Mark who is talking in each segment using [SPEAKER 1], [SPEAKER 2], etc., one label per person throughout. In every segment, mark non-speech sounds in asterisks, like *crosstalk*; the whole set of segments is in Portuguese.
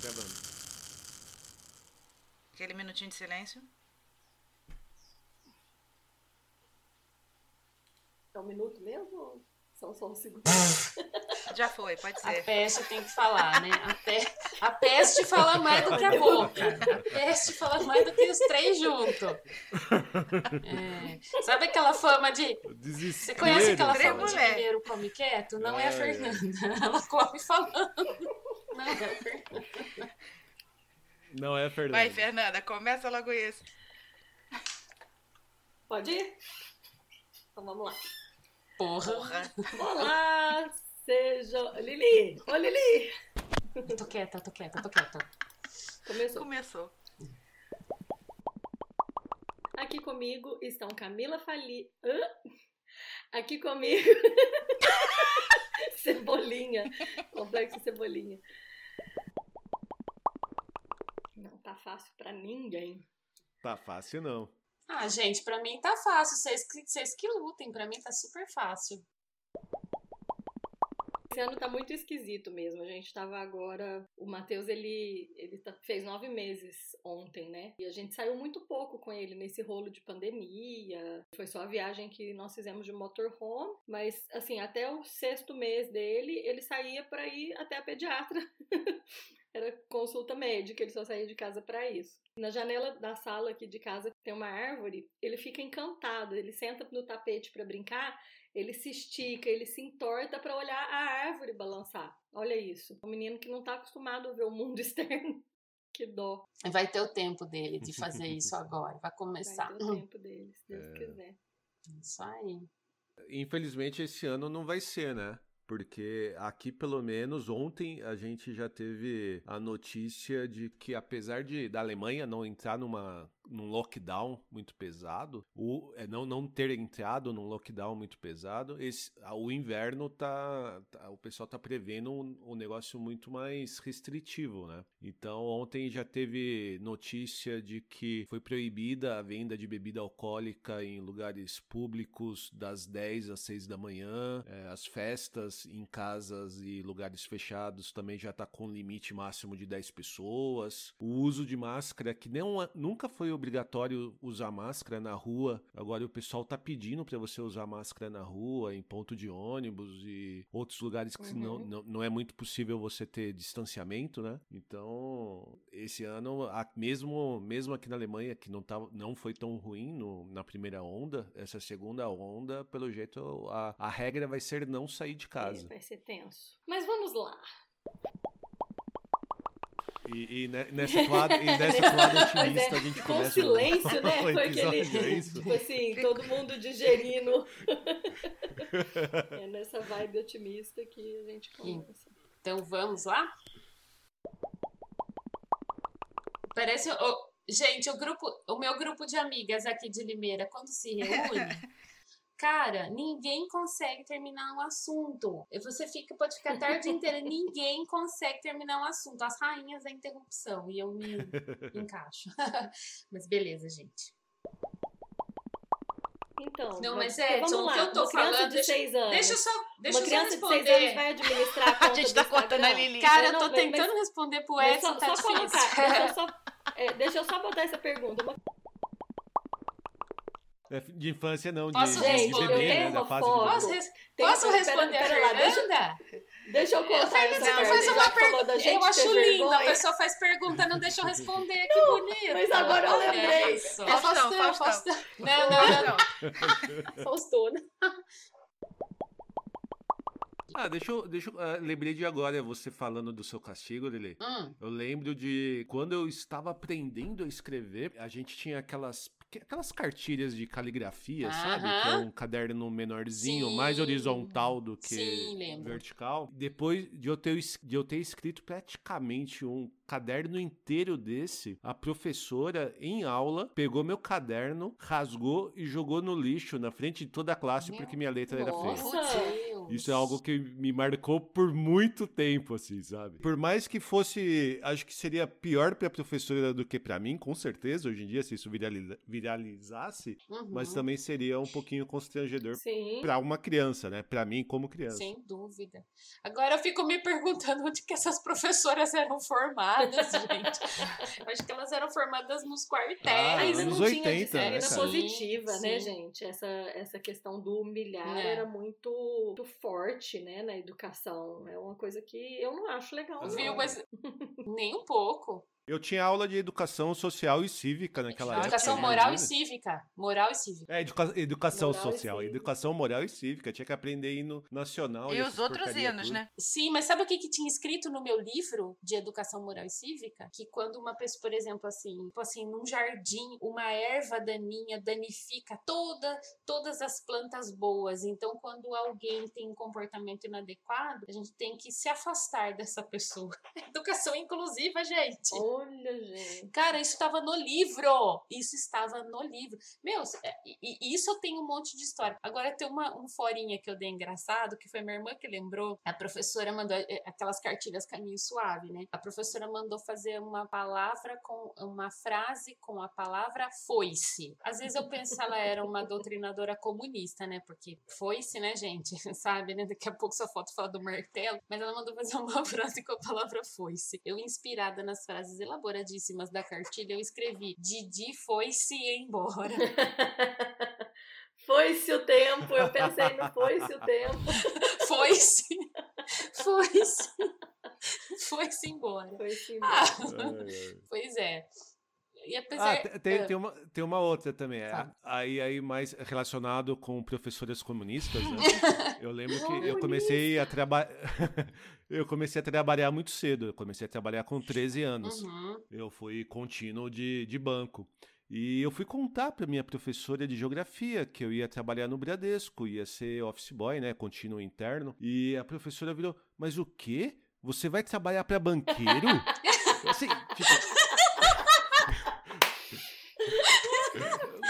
[SPEAKER 1] tá
[SPEAKER 2] Aquele minutinho de silêncio.
[SPEAKER 1] É um minuto mesmo? ou São só um segundo.
[SPEAKER 2] *laughs*
[SPEAKER 1] Ah,
[SPEAKER 2] Já foi, pode
[SPEAKER 3] A
[SPEAKER 2] ser.
[SPEAKER 3] peste tem que falar, né? A, pe- a peste fala mais do que a boca. A peste fala mais do que os três juntos. É. Sabe aquela fama de.
[SPEAKER 4] Desespero.
[SPEAKER 3] Você conhece aquela
[SPEAKER 2] Três
[SPEAKER 3] fama de
[SPEAKER 2] mulher.
[SPEAKER 3] mineiro come quieto? Não é a
[SPEAKER 4] Ai, ai.
[SPEAKER 3] Fernanda. Ela come falando. Não é a Fernanda.
[SPEAKER 4] Não é Fernanda.
[SPEAKER 2] Vai, Fernanda, começa logo isso.
[SPEAKER 1] Pode ir? Então vamos lá.
[SPEAKER 3] Porra.
[SPEAKER 1] Ah,
[SPEAKER 2] *laughs* Porra.
[SPEAKER 1] Olá, seja. Lili! Ô, Lili!
[SPEAKER 3] Eu tô quieta, eu tô quieta, eu tô quieta.
[SPEAKER 1] Começou.
[SPEAKER 2] Começou.
[SPEAKER 1] Aqui comigo estão Camila Fali. Hã? Aqui comigo. *laughs* Cebolinha. Complexo Cebolinha. Não tá fácil pra ninguém.
[SPEAKER 4] Tá fácil, não.
[SPEAKER 3] Ah, gente, pra mim tá fácil. Vocês que, vocês que lutem. Pra mim tá super fácil.
[SPEAKER 1] Esse ano tá muito esquisito mesmo. A gente tava agora. O Matheus, ele, ele tá- fez nove meses ontem, né? E a gente saiu muito pouco com ele nesse rolo de pandemia. Foi só a viagem que nós fizemos de motorhome. Mas, assim, até o sexto mês dele, ele saía pra ir até a pediatra. *laughs* Era consulta médica, ele só saía de casa pra isso. Na janela da sala aqui de casa tem uma árvore, ele fica encantado, ele senta no tapete pra brincar ele se estica, ele se entorta pra olhar a árvore balançar. Olha isso. Um menino que não tá acostumado a ver o mundo *laughs* externo. Que dó.
[SPEAKER 3] Vai ter o tempo dele de fazer isso agora. Vai começar.
[SPEAKER 1] Vai ter o tempo dele, se Deus
[SPEAKER 4] É.
[SPEAKER 1] quiser.
[SPEAKER 3] Isso aí.
[SPEAKER 4] Infelizmente, esse ano não vai ser, né? Porque aqui, pelo menos, ontem a gente já teve a notícia de que, apesar de da Alemanha não entrar numa, num lockdown muito pesado, o, é, não, não ter entrado num lockdown muito pesado, esse, a- o inverno tá, tá- O pessoal tá prevendo um, um negócio muito mais restritivo, né? Então, ontem já teve notícia de que foi proibida a venda de bebida alcoólica em lugares públicos das 10 às 6 da manhã. É, as festas em casas e lugares fechados também já está com limite máximo de 10 pessoas. O uso de máscara, que não, é- nunca foi obrigatório usar máscara na rua, agora o pessoal tá pedindo para você usar máscara na rua, em ponto de ônibus e outros lugares que
[SPEAKER 1] Uhum.
[SPEAKER 4] não, não, não é muito possível você ter distanciamento, né? Então, esse ano, a- mesmo, mesmo aqui na Alemanha, que não, tava, não foi tão ruim no- na primeira onda, essa segunda onda, pelo jeito, a, a regra vai ser não sair de casa.
[SPEAKER 1] Vai ser tenso. Mas vamos lá.
[SPEAKER 4] E, e ne- nessa toada, e nessa
[SPEAKER 1] *laughs*
[SPEAKER 4] toada otimista a gente
[SPEAKER 1] Com
[SPEAKER 4] começa o-
[SPEAKER 1] é um silêncio,
[SPEAKER 4] *laughs*
[SPEAKER 1] né?
[SPEAKER 4] o
[SPEAKER 1] Foi aquele.
[SPEAKER 4] episódio, é isso?
[SPEAKER 1] Tipo assim, todo mundo digerindo. *laughs* é nessa vibe otimista que a gente começa.
[SPEAKER 3] Então vamos lá? Parece. ô, gente, o grupo, o meu grupo de amigas aqui de Limeira, quando se reúne. Cara, ninguém consegue terminar um assunto. E Você fica, pode ficar a tarde inteira, ninguém consegue terminar um assunto. As rainhas da interrupção. E eu me encaixo. *laughs* Mas beleza, gente.
[SPEAKER 1] Então.
[SPEAKER 3] Não,
[SPEAKER 1] vai-
[SPEAKER 3] mas é,
[SPEAKER 1] vamos
[SPEAKER 3] Edson, o
[SPEAKER 1] lá.
[SPEAKER 3] que eu tô
[SPEAKER 1] Uma criança
[SPEAKER 3] falando,
[SPEAKER 1] De
[SPEAKER 3] deixa-
[SPEAKER 1] seis anos.
[SPEAKER 3] Deixa eu só, deixa
[SPEAKER 1] É, Uma
[SPEAKER 3] eu só
[SPEAKER 1] criança de seis anos
[SPEAKER 3] responder. *laughs*
[SPEAKER 1] vai administrar a conta
[SPEAKER 2] A gente
[SPEAKER 1] do
[SPEAKER 2] tá cortando a
[SPEAKER 1] Instagram?
[SPEAKER 2] Lili.
[SPEAKER 3] Cara,
[SPEAKER 1] Não,
[SPEAKER 3] eu tô
[SPEAKER 1] mas- mas-
[SPEAKER 3] tentando responder pro
[SPEAKER 1] Mas
[SPEAKER 3] Edson, tá
[SPEAKER 1] só, só
[SPEAKER 3] difícil.
[SPEAKER 1] colocar, deixa
[SPEAKER 3] *laughs*
[SPEAKER 1] eu só, é, deixa eu só botar essa pergunta. Uma-
[SPEAKER 4] É De infância, não, de,
[SPEAKER 3] Posso
[SPEAKER 4] de- de
[SPEAKER 3] responder?
[SPEAKER 4] bebê, né?
[SPEAKER 3] Eu
[SPEAKER 4] Da
[SPEAKER 1] tenho
[SPEAKER 4] fase
[SPEAKER 1] uma
[SPEAKER 4] de
[SPEAKER 3] Posso,
[SPEAKER 4] bebê.
[SPEAKER 3] res-
[SPEAKER 1] tem-
[SPEAKER 3] posso
[SPEAKER 1] pera-
[SPEAKER 3] responder
[SPEAKER 1] pera
[SPEAKER 3] a
[SPEAKER 1] lá, deixa-
[SPEAKER 3] Fernanda?
[SPEAKER 1] Deixa eu
[SPEAKER 3] Eu,
[SPEAKER 1] contar essa
[SPEAKER 3] Fernanda, eu,
[SPEAKER 1] pergunta,
[SPEAKER 3] faz
[SPEAKER 1] já
[SPEAKER 3] uma
[SPEAKER 1] que falou
[SPEAKER 3] pergunta.
[SPEAKER 1] da gente
[SPEAKER 3] eu acho
[SPEAKER 1] ter
[SPEAKER 3] lindo, a
[SPEAKER 1] vergonha.
[SPEAKER 3] pessoa faz pergunta, não deixa eu responder, que bonito.
[SPEAKER 1] mas agora eu
[SPEAKER 3] Olha
[SPEAKER 1] lembrei.
[SPEAKER 3] isso. É
[SPEAKER 2] Faustão,
[SPEAKER 3] Faustão, Faustão.
[SPEAKER 2] Faustão.
[SPEAKER 3] Não, não,
[SPEAKER 2] Não,
[SPEAKER 3] não,
[SPEAKER 1] *laughs*
[SPEAKER 3] Faustão.
[SPEAKER 4] Ah, deixa eu, deixa eu ah, lembrei de agora você falando do seu castigo, Lili.
[SPEAKER 3] Hum,
[SPEAKER 4] Eu lembro de quando eu estava aprendendo a escrever, a gente tinha aquelas aquelas cartilhas de caligrafia, sabe? Que é
[SPEAKER 3] Aham.
[SPEAKER 4] um caderno menorzinho,
[SPEAKER 3] Sim.
[SPEAKER 4] mais horizontal do que
[SPEAKER 3] Sim, lembro.
[SPEAKER 4] vertical. Depois de eu, ter, es- de eu ter escrito praticamente um caderno inteiro desse, a professora, em aula, pegou meu caderno, rasgou e jogou no lixo na frente de toda a classe
[SPEAKER 3] Meu
[SPEAKER 4] porque minha letra era feia.
[SPEAKER 3] nossa, Deus.
[SPEAKER 4] Isso é algo que me marcou por muito tempo, assim, sabe? Por mais que fosse, acho que seria pior pra professora do que pra mim, com certeza, hoje em dia, se isso viraliza- viralizasse,
[SPEAKER 3] Uhum,
[SPEAKER 4] mas também seria um pouquinho constrangedor
[SPEAKER 1] Sim.
[SPEAKER 4] pra uma criança, né? Pra mim, como criança.
[SPEAKER 3] Sem dúvida. Agora eu *laughs* fico me perguntando onde que essas professoras eram formadas, gente. Eu acho que elas eram formadas nos quartéis.
[SPEAKER 4] Ah,
[SPEAKER 1] Ainda
[SPEAKER 4] anos
[SPEAKER 1] não tinha
[SPEAKER 4] 80, né,
[SPEAKER 1] disciplina
[SPEAKER 4] cara?
[SPEAKER 1] positiva,
[SPEAKER 3] Sim,
[SPEAKER 1] né,
[SPEAKER 3] sim.
[SPEAKER 1] gente? Essa, essa questão do humilhar
[SPEAKER 3] É.
[SPEAKER 1] era muito, muito forte, né, na educação. É uma coisa que eu não acho legal. não.
[SPEAKER 3] Viu? Mas nem um pouco.
[SPEAKER 4] Eu tinha aula de educação social e cívica naquela época.
[SPEAKER 3] Educação
[SPEAKER 2] época,
[SPEAKER 3] moral e
[SPEAKER 4] inclusive.
[SPEAKER 3] cívica. Moral e cívica.
[SPEAKER 4] É, educa- educação
[SPEAKER 1] Moral e
[SPEAKER 4] social,
[SPEAKER 1] cívica.
[SPEAKER 4] educação moral e cívica. Tinha que aprender hino nacional.
[SPEAKER 2] E
[SPEAKER 4] essas
[SPEAKER 2] os outros
[SPEAKER 4] porcaria
[SPEAKER 2] hinos,
[SPEAKER 4] tudo.
[SPEAKER 2] né?
[SPEAKER 3] Sim, mas sabe o que, que tinha escrito no meu livro de educação moral e cívica? Que quando uma pessoa, por exemplo, assim, tipo assim, num jardim, uma erva daninha danifica toda, todas as plantas boas. Então, quando alguém tem um comportamento inadequado, a gente tem que se afastar dessa pessoa. *laughs* Educação inclusiva, gente.
[SPEAKER 1] Olha, gente.
[SPEAKER 3] Cara, isso estava no livro! Isso estava no livro. Meu, é- e- e isso eu tenho um monte de história. Agora tem uma, um forinha que eu dei engraçado, que foi minha irmã que lembrou. A professora mandou é, aquelas cartilhas caminho suave, né? A professora mandou fazer uma palavra com uma frase com a palavra foice. Às vezes eu penso se ela era uma doutrinadora comunista, né? Porque foice, né, gente? *laughs* Sabe, né? Daqui a pouco sua foto fala do martelo, mas ela mandou fazer uma *laughs* frase com a palavra foice. Eu, inspirada nas frases elaboradíssimas da cartilha, eu escrevi: Didi foi-se embora.
[SPEAKER 1] Foi-se o tempo, eu pensei no foi-se o tempo.
[SPEAKER 3] *laughs* Foi-se. *laughs* Foi-se. Foi-se embora.
[SPEAKER 1] Foi-se embora.
[SPEAKER 3] Ah, *laughs*
[SPEAKER 4] Ai, ai.
[SPEAKER 3] pois é. E apesar.
[SPEAKER 4] Ah, te- tem,
[SPEAKER 3] ah.
[SPEAKER 4] tem, uma, tem uma outra também. é,
[SPEAKER 3] Fala.
[SPEAKER 4] Aí, aí mais relacionado com professoras comunistas, né? Eu lembro que eu
[SPEAKER 1] Comunista.
[SPEAKER 4] comecei a trabalhar. *laughs* eu comecei a trabalhar muito cedo. Eu comecei a trabalhar com 13 anos.
[SPEAKER 3] Uhum.
[SPEAKER 4] Eu fui contínuo de, de banco. E eu fui contar para minha professora de geografia que eu ia trabalhar no Bradesco, ia ser office boy, né, contínuo interno. E a professora virou: "Mas o quê? Você vai trabalhar para banqueiro?" assim, tipo *laughs*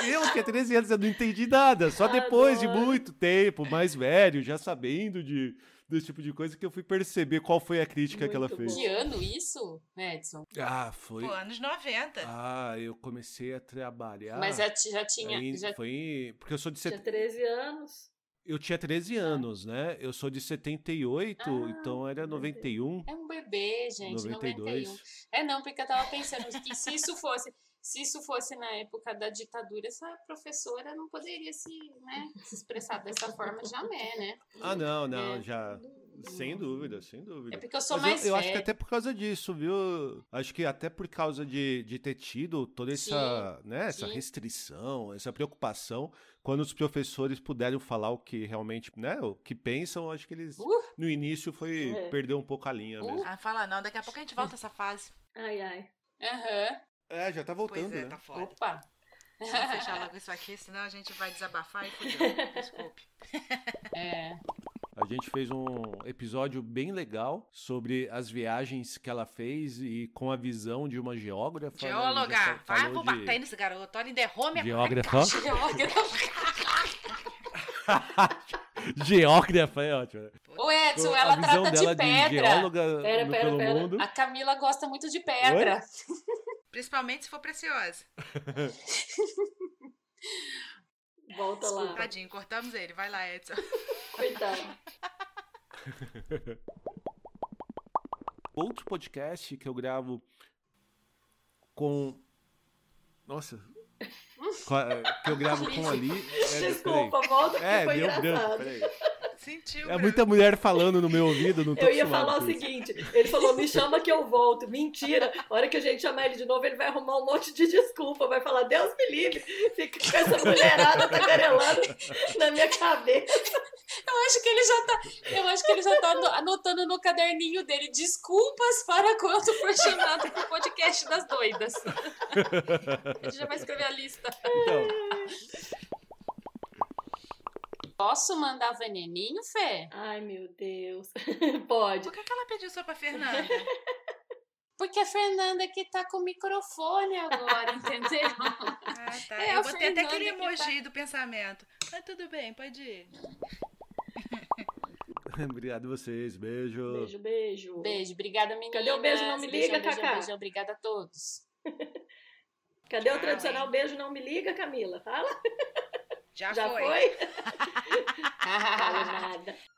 [SPEAKER 4] Eu que há 13 anos eu não entendi nada, só depois de
[SPEAKER 1] Adoro.
[SPEAKER 4] muito tempo, mais velho, já sabendo de desse tipo de coisa que eu fui perceber qual foi a crítica que ela
[SPEAKER 1] Muito
[SPEAKER 4] fez.
[SPEAKER 3] Que ano isso, né, Edson?
[SPEAKER 4] Ah, foi
[SPEAKER 2] Pô, anos 90.
[SPEAKER 4] ah, eu comecei a trabalhar.
[SPEAKER 3] Mas já, ti- já tinha.
[SPEAKER 4] Ah, aí
[SPEAKER 3] já-
[SPEAKER 4] Foi em- Porque eu sou de.
[SPEAKER 1] Tinha
[SPEAKER 4] Set...
[SPEAKER 1] 13 anos.
[SPEAKER 4] Eu tinha 13 anos, né? Eu sou de 78,
[SPEAKER 3] Ah,
[SPEAKER 4] então era 91,
[SPEAKER 3] É um bebê, gente.
[SPEAKER 4] 92.
[SPEAKER 3] 91. É não, porque eu tava pensando que se isso fosse. Se isso fosse na época da ditadura, essa professora não poderia se, né, se expressar dessa forma jamais, né?
[SPEAKER 4] Ah, não, não,
[SPEAKER 3] É.
[SPEAKER 4] já. Sem dúvida, sem dúvida.
[SPEAKER 3] É porque eu sou
[SPEAKER 4] Mas
[SPEAKER 3] mais
[SPEAKER 4] eu, eu acho
[SPEAKER 3] velha.
[SPEAKER 4] que até por causa disso, viu? Acho que até por causa de, de ter tido toda essa, né, essa
[SPEAKER 3] sim.
[SPEAKER 4] restrição, essa preocupação, quando os professores puderam falar o que realmente, né, o que pensam, acho que eles
[SPEAKER 3] Uh!
[SPEAKER 4] no início foi
[SPEAKER 1] É.
[SPEAKER 4] perder um pouco a linha
[SPEAKER 3] Uh!
[SPEAKER 4] mesmo.
[SPEAKER 2] Ah, fala não, daqui a pouco a gente volta a essa fase.
[SPEAKER 1] Ai, ai.
[SPEAKER 3] Aham.
[SPEAKER 4] É, já tá
[SPEAKER 2] Pois
[SPEAKER 4] voltando,
[SPEAKER 2] é,
[SPEAKER 4] né?
[SPEAKER 2] tá fora.
[SPEAKER 3] Opa!
[SPEAKER 2] Vamos fechar logo isso aqui, senão a gente vai desabafar e fudeu. Desculpe.
[SPEAKER 3] É.
[SPEAKER 4] A gente fez um episódio bem legal sobre as viagens que ela fez e com a visão de uma geógrafa. né? A gente
[SPEAKER 2] Geóloga,
[SPEAKER 4] fa-
[SPEAKER 2] vai,
[SPEAKER 4] falou
[SPEAKER 2] vou
[SPEAKER 4] de-
[SPEAKER 2] bater nesse garoto. Olha, ele derrome a
[SPEAKER 4] Geógrafa?
[SPEAKER 3] Geógrafa.
[SPEAKER 4] *laughs* geógrafa é ótimo. né?
[SPEAKER 3] Ô Edson,
[SPEAKER 4] Com
[SPEAKER 3] ela
[SPEAKER 4] a visão
[SPEAKER 3] trata
[SPEAKER 4] dela
[SPEAKER 3] de pedra.
[SPEAKER 4] geóloga
[SPEAKER 1] Pera,
[SPEAKER 4] no-
[SPEAKER 1] pera,
[SPEAKER 4] pelo
[SPEAKER 1] pera.
[SPEAKER 4] mundo.
[SPEAKER 3] a Camila gosta muito de pedra.
[SPEAKER 2] Principalmente se for preciosa.
[SPEAKER 1] Volta lá.
[SPEAKER 2] Tadinho, cortamos ele. Vai lá, Edson. *laughs*
[SPEAKER 1] Coitado.
[SPEAKER 4] Outro podcast que eu gravo com. Nossa.
[SPEAKER 2] *laughs*
[SPEAKER 4] Com a- que eu gravo com ali. É,
[SPEAKER 1] Desculpa, volta porque
[SPEAKER 4] peraí. É,
[SPEAKER 1] foi
[SPEAKER 4] meu
[SPEAKER 1] engraçado.
[SPEAKER 4] branco, peraí.
[SPEAKER 2] Sentiu,
[SPEAKER 4] É
[SPEAKER 2] Bruno.
[SPEAKER 4] muita mulher falando no meu ouvido, não tô
[SPEAKER 1] Eu ia
[SPEAKER 4] acostumado
[SPEAKER 1] falar assim, o
[SPEAKER 4] com isso.
[SPEAKER 1] seguinte, ele falou, me chama que eu volto. Mentira, a hora que a gente chamar ele de novo, ele vai arrumar um monte de desculpa, vai falar, Deus me livre, fica com essa mulherada tagarelando na minha cabeça.
[SPEAKER 3] Eu acho que ele já tá. Eu acho que ele já tá ano- anotando no caderninho dele desculpas para quando for chamado pro podcast das doidas. Ele já vai escrever a lista.
[SPEAKER 4] Então, *laughs*
[SPEAKER 3] Posso mandar veneninho, Fê?
[SPEAKER 1] Ai, meu Deus. *laughs* Pode.
[SPEAKER 2] Por que, que ela pediu só pra
[SPEAKER 3] *laughs*
[SPEAKER 2] Fernanda?
[SPEAKER 3] Porque a Fernanda que tá com o microfone agora,
[SPEAKER 1] *laughs*
[SPEAKER 3] entendeu?
[SPEAKER 2] Ah, tá.
[SPEAKER 3] É, a
[SPEAKER 2] eu botei até
[SPEAKER 3] Fernanda
[SPEAKER 2] aquele
[SPEAKER 3] que tá-
[SPEAKER 2] emoji do pensamento. Mas tudo bem, pode ir.
[SPEAKER 4] obrigado vocês. Beijo.
[SPEAKER 1] Beijo, beijo.
[SPEAKER 3] Beijo, obrigada, meninas.
[SPEAKER 1] Cadê o beijo? Não me liga,
[SPEAKER 3] beijo,
[SPEAKER 1] Cacá.
[SPEAKER 3] Beijo, obrigada a todos.
[SPEAKER 1] Cadê o tradicional beijo, não me liga, Camila? Fala,
[SPEAKER 2] Já,
[SPEAKER 1] já
[SPEAKER 2] foi. Ah.
[SPEAKER 1] foi? Fala nada.